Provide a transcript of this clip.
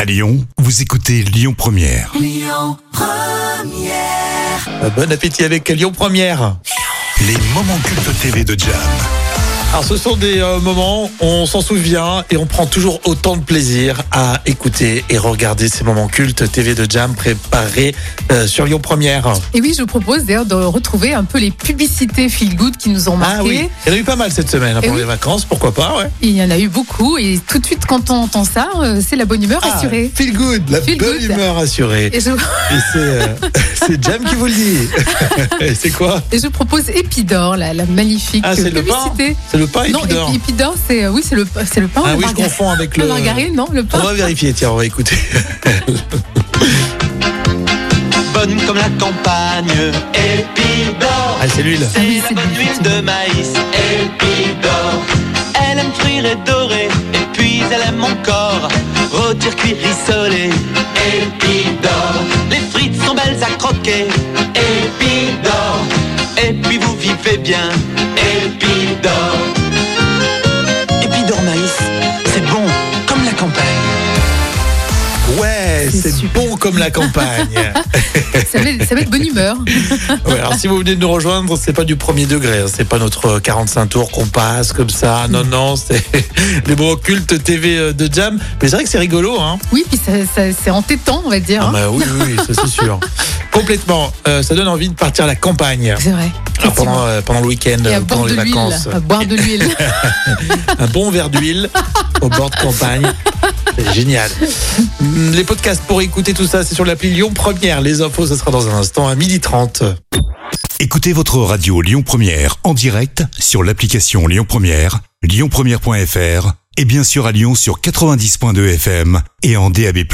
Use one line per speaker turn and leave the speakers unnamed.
À Lyon, vous écoutez Lyon Première.
Euh, Bon appétit avec Lyon Première.
Les moments cultes TV de Jam.
Alors ce sont des euh, moments, on s'en souvient et on prend toujours autant de plaisir à écouter et regarder ces moments cultes TV de Jam préparés euh, sur Lyon Première.
Et oui, je vous propose d'ailleurs de retrouver un peu les publicités feel good qui nous ont marqué.
Ah oui, il y en a eu pas mal cette semaine hein,
Eh
pour
oui.
les vacances, pourquoi pas, ouais.
Il y en a eu beaucoup et tout de suite quand on entend ça, euh, c'est la bonne humeur assurée.
Ah, feel good, la
Feel
bonne
good.
humeur assurée.
Et je,
Et c'est euh, c'est Jam qui vous le dit. Et c'est quoi
et je propose Épidore, la, la magnifique
Ah, c'est le pain.
publicité.
C'est le pain
non, oh,
Épidore.
Épi- Épidore, c'est euh, oui, c'est le c'est le pain.
Ah
la
oui, je
margarine.
confonds avec
La
le.
margarine, non, le pain.
On va vérifier, tiens, on va écouter.
bonne comme la campagne. Épidore,
Ah, c'est l'huile.
Ah oui,
c'est
c'est
la bonne
bien,
huile
c'est bien.
de maïs. Épidore, elle aime frire et dorer, et puis elle aime mon corps. Rôtir, cuire, rissoler. Épidore, les frites sont belles à croquer. Épidore, et puis vous vivez bien. Épidore, Épidore maïs, c'est bon comme la campagne.
Ouais,
C'est
c'est
super.
bon comme la campagne.
Ça met, ça met de bonne humeur.
Ouais, alors si vous venez de nous rejoindre, c'est pas du premier degré, hein, c'est pas notre 45 tours qu'on passe comme
Mm.
ça. Non, non, c'est les mots occultes TV euh, de Jam. Mais c'est vrai que c'est rigolo, hein.
Oui, puis ça, ça- c'est entêtant, on va dire.
Ah
hein.
bah oui, oui, oui, ça c'est sûr. Complètement. Euh, ça donne envie de partir à la campagne
C'est vrai.
Alors, pendant, euh, pendant le week-end,
et à
euh,
boire
pendant
de
les
l'huile,
vacances.
à boire de l'huile.
Un bon verre d'huile au bord de campagne. C'est Génial. Hum, Les podcasts pour écouter tout ça, c'est sur l'appli Lyon Première. Les infos, ça sera dans un instant à 12h30.
Écoutez votre radio Lyon Première en direct sur l'application Lyon Première, lyonpremière.fr et bien sûr à Lyon sur 90.2 FM et en DAB+.